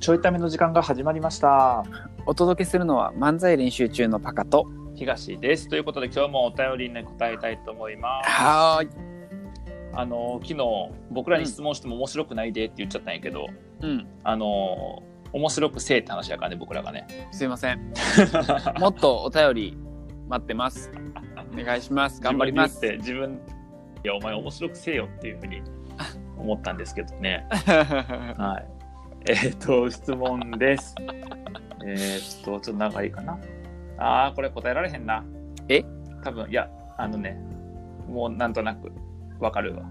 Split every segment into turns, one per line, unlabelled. ちょいための時間が始まりました。
お届けするのは漫才練習中のパカと。
東です。ということで今日もお便りに答えたいと思います。
はーい。
あの昨日僕らに質問しても面白くないでって言っちゃったんやけど、
うん、
あの面白くせえって話やからね僕らがね。
すいませ ん。もっとお便り待ってます。お願いします。頑張ります。
自分で言って自分いやお前面白くせえよっていうふうに思ったんですけどね。はい。えーっ、と質問です。えーっとちょっと長いかな。ああこれ答えられへんな。
え？
多分いやあのねもうなんとなくわかるわ。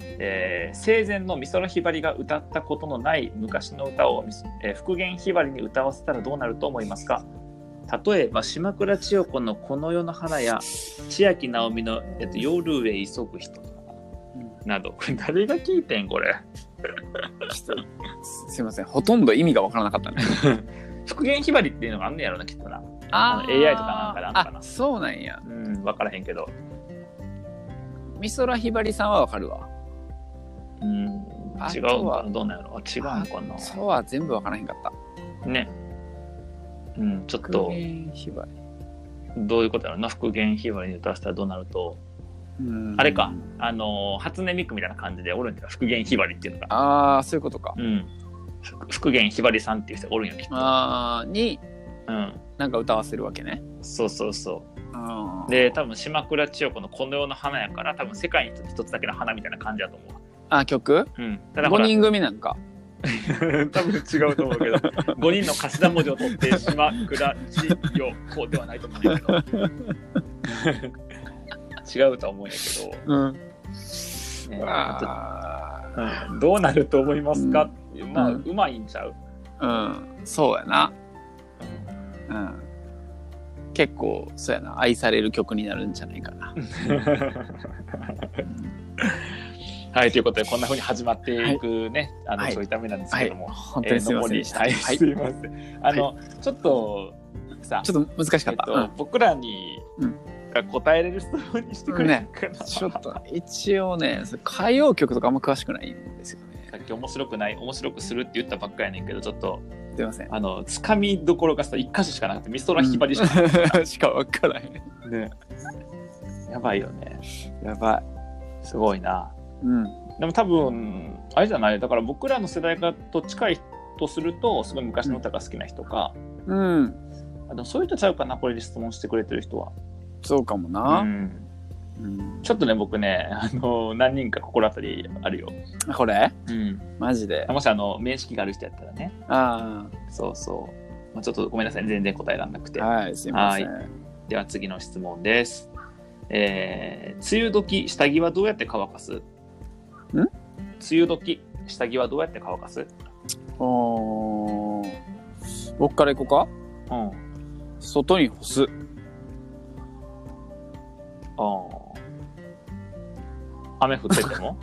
えー生前の美空ひばりが歌ったことのない昔の歌を、みそえー復元ひばりに歌わせたらどうなると思いますか例えば島倉千代子の「この世の花」や千秋直美の、えっと「夜へ急ぐ人」などこれ誰が聞いてんこれ
すいません。ほとんど意味がわからなかったね。
復元ひばりっていうのがあんねやろなきっとな
あ
ー AI とかなんかなんかな
あ、そうなんや。
うん分からへんけど
美空ひばりさんはわかるわ。
うん
あ
違う
と
んか
は
などうなんやろ違うんか
そうは全部わからへんかった。
なねうんちょっ
復
と
元ひばり
どういうことやろな復元ひばりに歌わせたらどうなると
うん
あれかあのー初音ミクみたいな感じでおるんじゃない復元ひばりっていうのが
ああ、そういうことか。
うんふ復元ひばりさんっていう人がおるんよきっと
ああ、に、
うん
なんか歌わせるわけね。
そうそうそう
あー
で多分島倉千代子の「この世の花」やから多分世界に一つだけの花みたいな感じだと思うわ
あ、曲
うんただほ
5
ら
人組なんか。
多分違うと思うけど5人の 頭文字を取って島倉千代子ではないと思うんやけど違うとは思うんやけ
うん。
ど、ね
あー
うんどうなると思いますか、まあ
う
うんまいんちゃう、
うん、そうやな。うん。結構、そうやな。愛される曲になるんじゃないかな。
はいということでこんな風に始まっていくね、あ
は
の
い
ちょいためなんです
は
け
い。
ども、
本当にすいませんでした。
えー残り
は。
はいい、
ち
すいません。あの、ちょっとさ、
ょっと難しか
えっ
った。
と僕らに、
うん
が答えれる質問にしてくれるかな、
うんちょっと、一応ね、それ歌謡曲とかあんま詳しくないんですよね。
さっき面白くない面白くするって言ったばっかやねんけどちょっと
すいません。
あのつかみどころがさ一箇所しかなくて美空ひばりしか、
うん しかわからへん。
ねやばいよね
やばい。
すごいな
うん。
でも多分あれじゃないだから僕らの世代がと近いとするとすごい昔の歌が好きな人か、
うん。
あでもそういう人ちゃうかなこれで質問してくれてる人は、
そうかも
う
な。
ん
うん。
ちょっとね、僕ね、あの何人か心当たりあるよ。
これ
うん、
マジで。
もし、あの、面識がある人やったらね。
あ
そうそう。まあ、ちょっとごめんなさい、全然答えられなくて
あ。。はい、すいません。
では、次の質問です。えー、梅雨時、下着はどうやって乾かすん梅雨時、下着はどうやって乾かす
おー僕から行こう
うん。
か外に干す。
ああ。雨降ってて も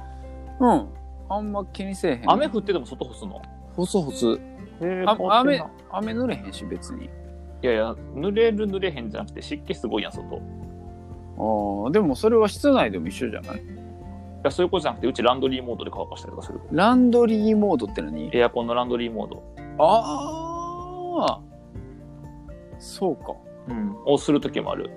うん。あんま気にせえへん。
雨降ってても外干すの
ほそほそ。
へ
あ雨、雨濡れへんし、別に。
いやいや、濡れる濡れへんじゃなくて湿気すごいやん、外。い
ああ、でもそれは室内でも一緒じゃない
や、そういうことじゃなくて、うちランドリーモードで乾かしたりとかする。
ランドリーモードって何
エアコンのランドリーモード、
ああ、そうか。
をする時もある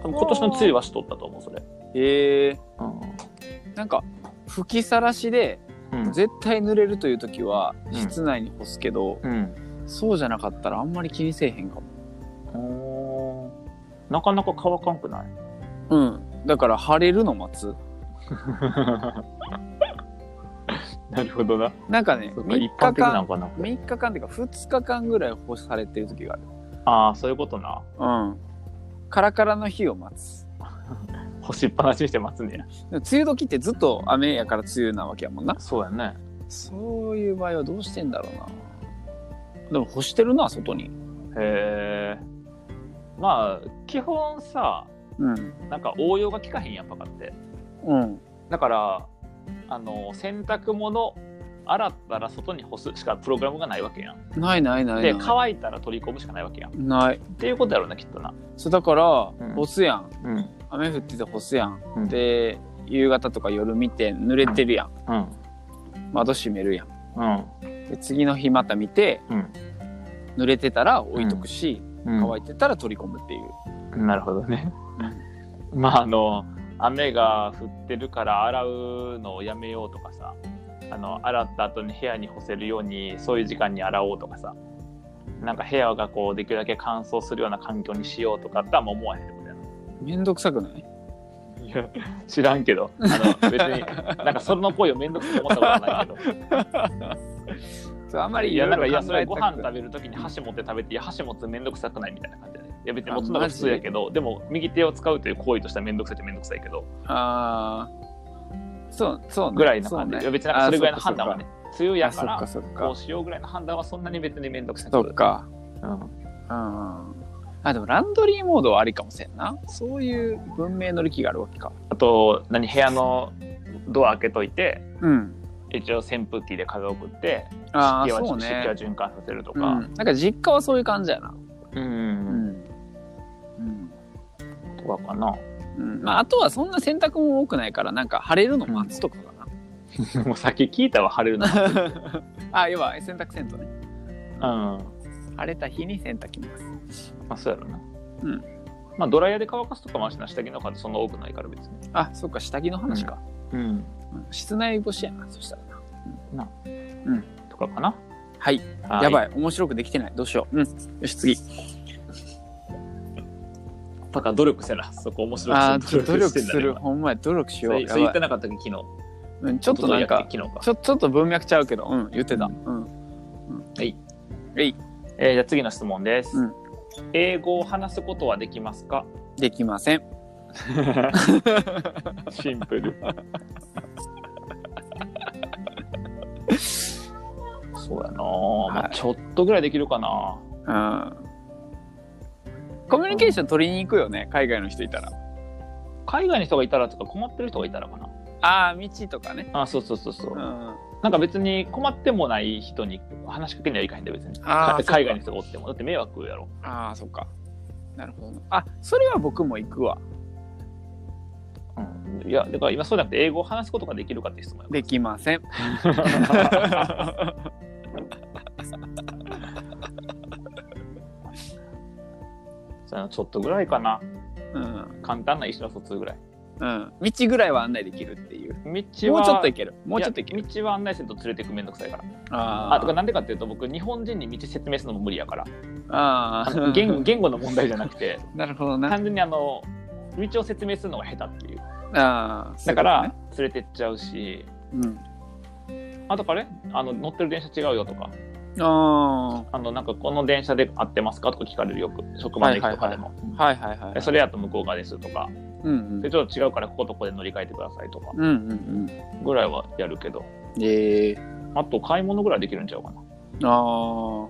多分今年の梅雨はしとったと思うそれ
ええ
う
なんか、吹きさらしで、
ん
絶対濡れるという時は、
うん
室内に干すけど、
うん
そうじゃなかったらあんまり気にせえへんかも。
おーなかなか乾かんくない
うん。だから、晴れるの待つ。
なるほどな
なんかね、
そっか
3
一
日
般的な
間
の、かな
3日間っていうか、2日間ぐらい干されてる時がある。
ああそういうことな
うん。カラカラの日を待つ。
干しっぱなしにして待つね
でも梅雨時ってずっと雨やから梅雨なわけやもんな。
そうやね
そういう場合はどうしてんだろうな。でも干してるな、外に。
へえまあ基本さ
うん。
なんか応用が効かへんやんパカって
うん。
だからあの洗濯物洗ったら外に干すしかプログラムがないわけやん
ないないないな
で
い。
乾いたら取り込むしかないわけやんっ
ない。
ていうことやろうなきっとな
そうだから、
うん
干すやん。
うん
雨降ってて干すやん。
うん
で、夕方とか夜見て濡れてるやん。
うん
窓閉めるやん。
うん
で次の日また見て、
うん
濡れてたら置いとくし、
うん
乾いてたら取り込むっていう、
なるほどね。まああの雨が降ってるから洗うのをやめようとかさあの洗った後に部屋に干せるようにそういう時間に洗おうとかさなんか部屋がこうできるだけ乾燥するような環境にしようとかってあんま思わへんってことや
めんどくさくない
ないや知らんけどあの別 になんかその行為を面倒くさく思ったことはないけど
そう あんまり
いやなんかい
ろ
や
ろ
そ
考え
れ
た
ご飯
くな
食
い
べるときに箸持って食べていや箸持つめんどくさくないみたいな感じで、ね、いや別に
あ
持つのが
マ
普
ジ
通やけどでも右手を使うという行為としてはめんどくさいってめんどくさいけど
あーそうそう、ね、
ぐらいな感じ、い
そうね
や別になんかそれぐらいの判断はね梅雨
あ
や
そ
か
っ
ら
かそっ
こう
か
しようぐらいの判断はそんなに別に面倒くさ
そ
く
っかそっか
うん
うんあでもランドリーモードはありかもしれんなそういう文明の利器があるわけか
あと何部屋のドア開けといて
うん
一応扇風機で風を送って
ああ
湿気は
そう
湿気は
ね、
循環させると
うん、
か、
なんか実家はそういう感じやな
うん
うん、うん
とかかな
うんまあ、あとはそんな選択も多くないからなんか晴れるの待つとかかな、
もうさっき聞いたわ晴れ るな
あ要は洗濯せんとね
うんま
晴れた日に洗濯機ます
あそうやろな
うん
まあドライヤーで乾かすとかもあるしな下着の数そんな多くないから別に
あそっか下着の話か、
うん
うん室内干しやなそしたらな
とかかな
はい
は
やば
い
い面白くできてないどうしよううんよし次
だから努力せなそこ面白く
あーち ょっと努力
してんだ
す
ね
る
今
ほんまや努力し
そ
よう
れ
や
それ言っ
ば
て
い、
なかったっけ昨日
うん、ちょっとなんか
昨日か
ちょちょっと文脈ちゃうけどうん言ってたうん
はい。
はい。
えーじゃあ次の質問です。
うん
英語を話すことはできますか
できません
シンプル。そうやなあ、ま
は
あ、
い
ちょっとぐらいできるかな。
うんコミュニケーション取りに行くよね海外の人いたら
海外の人がいたらとか困ってる人がいたらかな。
ああ道とかね
あそうそうそうそう、
うん
なんか別に困ってもない人に話しかけにはいかへんで別に。
あー
か海外の人がおっても。だって迷惑やろ。
ああそっかなるほどなあそれは僕も行くわ
うん。いや、だから今そうじゃなくて英語を話すことができるかっていう質問や
でき ません
そうやなちょっとぐらいかな。
うん
簡単な意思の疎通ぐらい。
うん道ぐらいは案内できるっていう
道はもう
もうちょっと行けるもうちょっと行ける
道は案内せんと連れてくめんどくさいからあ
あ
とかなんでかっていうと僕日本人に道説明するのも無理やから
あ
あ
ー
の言言語の問題じゃなくて
なるほど な
単純にあの道を説明するのが下手っていう
あー
だから連れてっちゃうし
そういうことね
あとかねあの乗ってる電車違うよとか
うんあ
あのなんかこの電車で合ってますかとか聞かれるよく職場の駅とかでも、
あはいはいはい
えそれやと向こう側ですとか
うんう
で
ん
ちょっと違うからこことここで乗り換えてくださいとか
うんうん
ぐらいはやるけど
うんええ
あと買い物ぐらいできるんちゃうかな
あ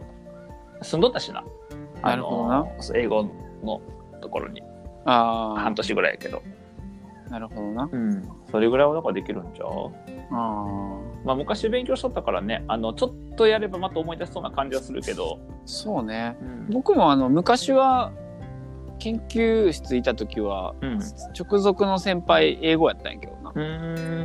住んどったしな。
なるほどな
あのそう英語のところに
ああ
半
あ
年ぐらいやけど、
なるほどな
うん、それぐらいはなんかできるんちゃう、
あ
まあ、昔勉強しとったからねあのちょっとやればまた思い出しそうな感じはするけど、
あそうね
うん
僕もあの昔は研究室いた時は
うん
直属の先輩英語やったんやけどな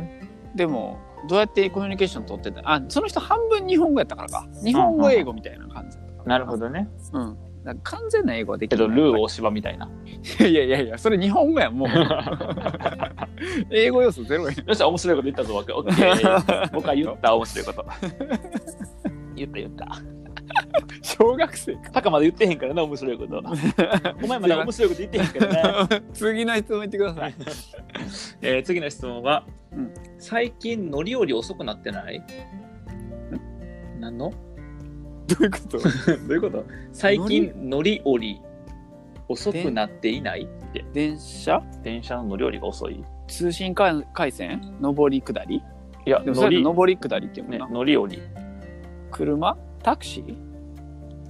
でもどうやってコミュニケーション取ってたあその人半分日本語やったからか日本語英語みたいな感じだったから
なるほどね
ど、うん、だから完全な英語はでき
け
な
ど
い
ルー大芝みたいない
やいやいやそれ日本語やん もう英語要素ゼロやん
よっ しゃ面白いこと言ったぞわけオッケ ー僕は言った面白いこと 言った言った
小学生か
タカまだ言ってへんからな面白いこと お前まだ面白いこと言ってへんからな
次の質問言ってくだ さい
えー次の質問は、
うん
最近乗り降り遅くなってない何の
どういうこと
どういうこと最近乗り降り遅くなっていないって
電車
電車の乗り降りが遅い
通信回回線上り下り
いや
で
乗
もそれ
り、
上り下りっていうもん
ね
な、、
乗り降り
車タクシー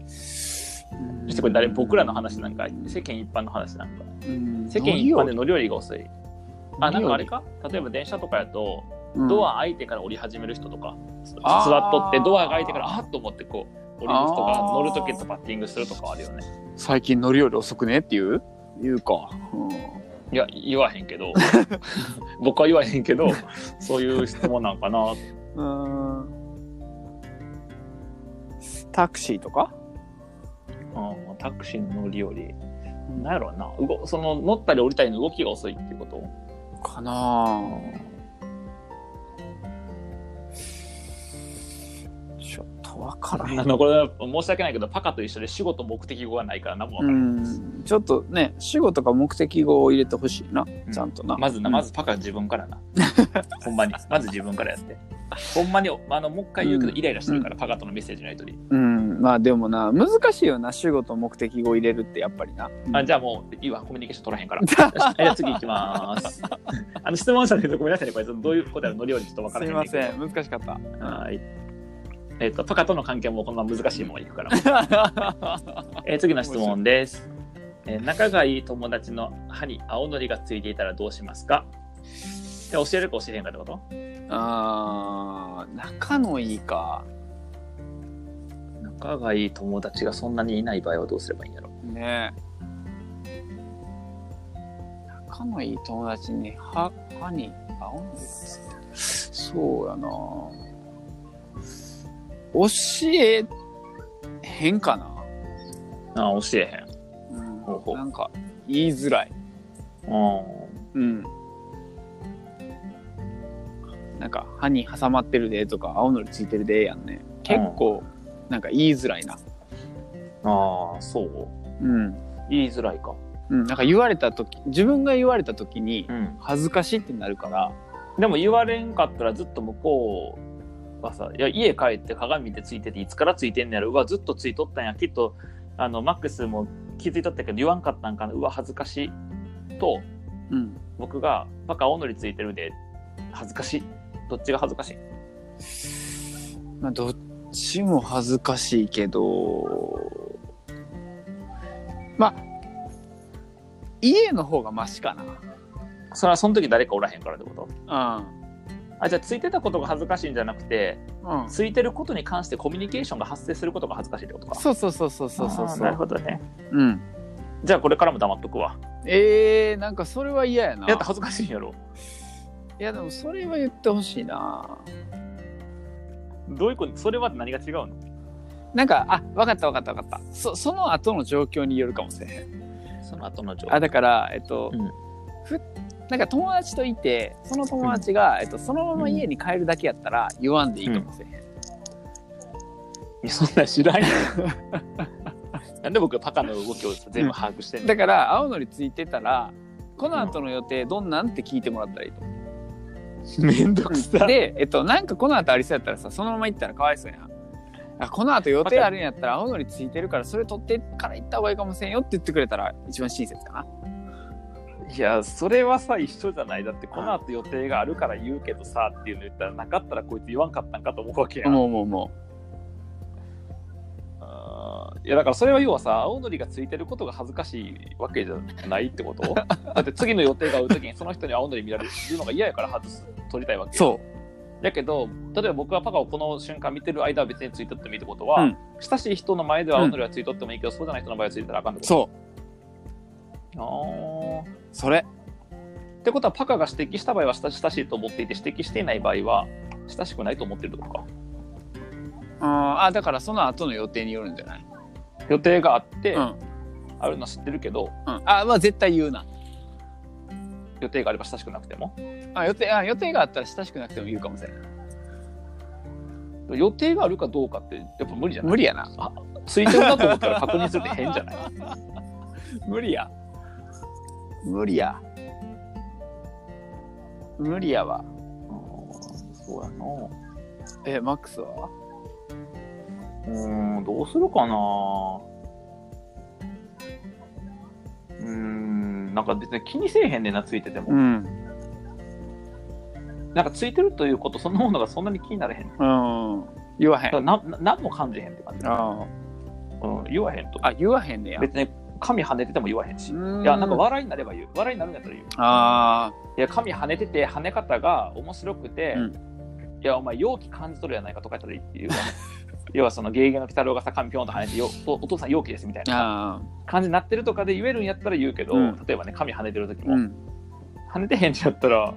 そしてこれ誰僕らの話なんか世間一般の話なんか
うん
世間一般で乗り降りが遅いあなんかあれか例えば電車とかやとド
ア
ア開いてから降り始める人とか、座
あー
っとってドアが開いてからあっと思ってこう降りる人が乗るときとバッティングするとかあるよね
最近乗り降り遅くねっていう言うか、う
いや言わへんけ ど僕は言わへんけどそういう質問なんかな、
ん、うーんタクシーとか
うん、タクシーの乗りより、なんやろうな、うごその乗ったり降りたりの動きが遅いっていうこと
かなぁちょっとわからへ
あ
ん。
のこれは申し訳ないけど、パカと一緒で主語と目的語がないから何もわ
う
からない。
ん、ちょっとね、主語とか目的語を入れてほしいな、
うん
ちゃんとな。
まずな、
うん
まずパカは自分からな。ほんまに、まず自分からやって。ほんまに、あのもう一回言うけど、
うん
イライラしてるから、パカとのメッセージのやり取り。
うん、まあでもな、難しいよな、主語と目的語を入れるってやっぱりな。
あじゃあもういいわ、コミュニケーション取らへん から。じゃあ次行きます。あの質問者の人、ごめんなさいね、これ、どういうことやら乗り降りちょっとわから
す
へ
い
んね
ま
んけど
せん、難しかった。
はい。えっ、と、パカとの関係もこんな難しいもんいく から。えー次の質問です、えー仲がいい友達の歯に青のりがついていたらどうしますかで教えるか教えへんかってこと
あー仲のいいか。
仲がいい友達がそんなにいない場合はどうすればいいんやろ
ね仲のいい友達に歯歯に青のりがついてるそうやな教えへんかな、
ああ教えへん
うん
ほうほう
なんか言いづらい
うん
うんなんか歯に挟まってるでとか青のりついてるでやんね結構なんか言いづらいな
ああそう
うん、
言いづらいか
うん、なんか言われた時自分が言われた時に
うん
恥ずかしいってなるから
でも言われんかったらずっと向こうはさいや家帰って鏡見てついてていつからついてんのやろうわずっとついとったんやきっとあのマックスも気づいとったけど言わんかったんかなうわ恥ずかしいと
うん
僕が「バカ青のりついてるで恥ずかしい」どっちが恥ずかしい
まあ、どっちも恥ずかしいけど、まあ、家の方がマシか
それはその時誰かおらへんからってこと
な。
あじゃあついてたことが恥ずかしいんじゃなくて
うん。うん。
ついてることに関してコミュニケーションが発生することが恥ずかしいってことか
そうそうそうそうそうそう
あー
そ
なる
う。
ほどね
うん。
じゃあこれからも黙っとくわ
えー、なんかそれは嫌やな。
やった恥ずかしいんやろ
いやでもそれは言ってほしいな。
どういうことそれは何が違うの
なんか、あ、わかったわかったわかった。そその後の状況によるかもしれへん。
その後の情報
あ、だから、えっと、
うん
ふなんか友達といて、その友達が、えっと、そのまま家に帰るだけやったら言わんでいいかもしれへん。
いやそんなん知らんよ なんで僕パカの動きを全部把握してんの、
だから青のりついてたらこの後の予定どんなんって聞いてもらったらいいと思
めんど
う
くさ
で、えっと、なんかこの後ありそうやったらさそのまま行ったらかわいそうやんあこの後予定あるんやったら青のりついてるからそれ取ってから行った方がいいかもしれんよって言ってくれたら一番親切かない
やそれはさ一緒じゃないだってこの後予定があるから言うけどさっていうの言ったらなかったらこいつ言わんかったんかと思うわけやん
もうもうも
あーいやだからそれは要はさ青のりがついてることが恥ずかしいわけじゃないってこと だって次の予定が合う時にその人に青のり見られるのが嫌やから外す取りたいわ
う
け
そ
だけど例えば僕がパカをこの瞬間見てる間は別についとってもいいってことは、
うん
親しい人の前では青のりはついとってもいいけど、そうじゃない人の場合はついてたらあかんって
う
ことあ
そう
ー
それ
ってことはパカが指摘した場合は親親しいと思っていて指摘していない場合は親しくないと思ってるってことか
うんあだからその後の予定によるんじゃない、
予定があって、
うんうん、
あるの知ってるけど
あまあ絶対言うな
予定があれば親しくなくても
あ予定あ予定があったら親しくなくても言うかもしれない
予定があるかどうかってやっぱ無理じゃない
無理やな
ついてるなと思ったら確認するって変じゃない
無理や無理や無理やわ
そうやな
えマックスは
うんどうするかなうんなんか別に気にせえへんねんなついてても、
ん
なんかついてるということそのものがそんなに気になれへんだ
うん言わへ
から
ん
なな何も感じへんって感じ、
あ
うん、言わへんと
あ言わへんねや
別に髪跳ねてても言わへんし、
い
いやなんか笑いになれば言う笑いになるんだったら言う
あ
いや髪跳ねてて跳ね方が面白くて、
うん
いやお前容器感じとるやないかとか言ったらいいって いう要はそのゲゲゲの鬼太郎がさ髪ピョンと跳ねてよおお父さん容器ですみたい
ー
な
あ
感じになってるとかで言えるんやったら言うけど、
うん
例えばね髪跳ねてる時
ー
も、
うん
跳ねてへんってやったら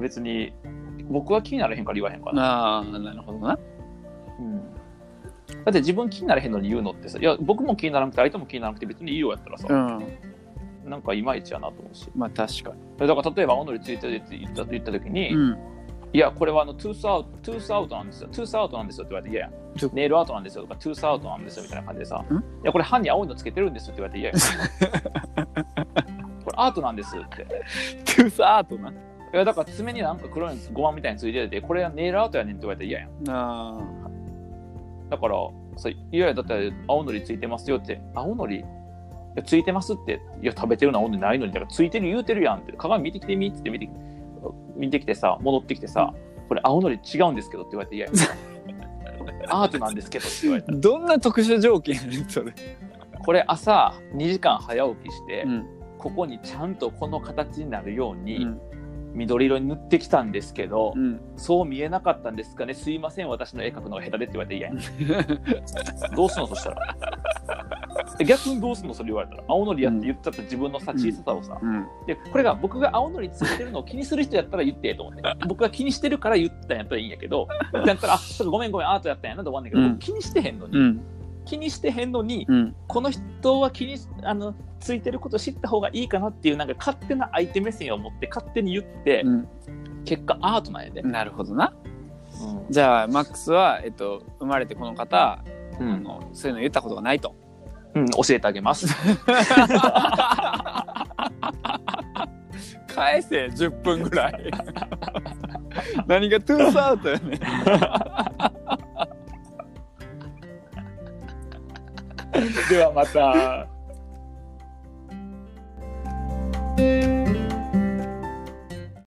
別に僕は気にならへんから言わへんから、
あーなるほどな
うんだって自分気にならへんのに言うのってさいや僕も気にならなくて相手も気にならなくて別にいいよやったらさ、
うん。
なんかいまいちやなと思うし
まあ確か
だから例えば青のりツイッターで言った言った時に、
に。うん。
いやこれはあのトゥースアウトトゥースアウトなんですよトゥースアウトなんですよって言われていやい
ト
や
ゥ
ネイルアウトなんですよとかトゥースアウトなんですよみたいな感じでさ
ん
いやこれ歯に青いのつけてるんですよって言われていやいやこれ アートなんですって
トゥースアートな。
いやだから爪になんか黒いごまみたいについててこれはネイルアートやねんって言われていやいや
あ
だからさいやいやだって青のりついてますよって青のりいやついてますっていや食べてるのは青のりないのにだからついてる言うてるやんって鏡見てきてみっつって見て見てきてさ戻ってきてさこれ青のり違うんですけどって言われていやい やアートなんですけどって言われて
あ。どんな特殊条件やねんそれ。
これ朝2時間早起きして、
うん。
ここにちゃんとこの形になるよう
う
に
ん。
緑色に塗ってきたんですけど、
うん。
そう見えなかったんですかねすいません私の絵描くのが下手でって言われていやいやどうすんのそしたら で逆にどうすんのそれ言われたら青のりやって言っちゃった自分のさ
うん
小ささをさ、
うん。
でこれが僕が青のりついてるのを気にする人やったら言ってと思って僕が気にしてるから言ったんやったらいいんやけどだったらあちょっとごめんごめんアートやったんやなで終わんねんけど、
うん
僕気にしてへんのに、
うん。
気にしてへんのに
うん。
この人は気にしあのついてること知った方がいいかなっていうなんか勝手な相手目線を持って勝手に言って、結果アートなんやで、
なるほどな。
うん
じゃあ、マックスは、えっと、生まれてこの方、
う
あ
ん
のそういうの言ったことがないと。
うん、教えてあげます。
返せ、10分ぐらい。 何がトゥースアウトやねん。
ではまた。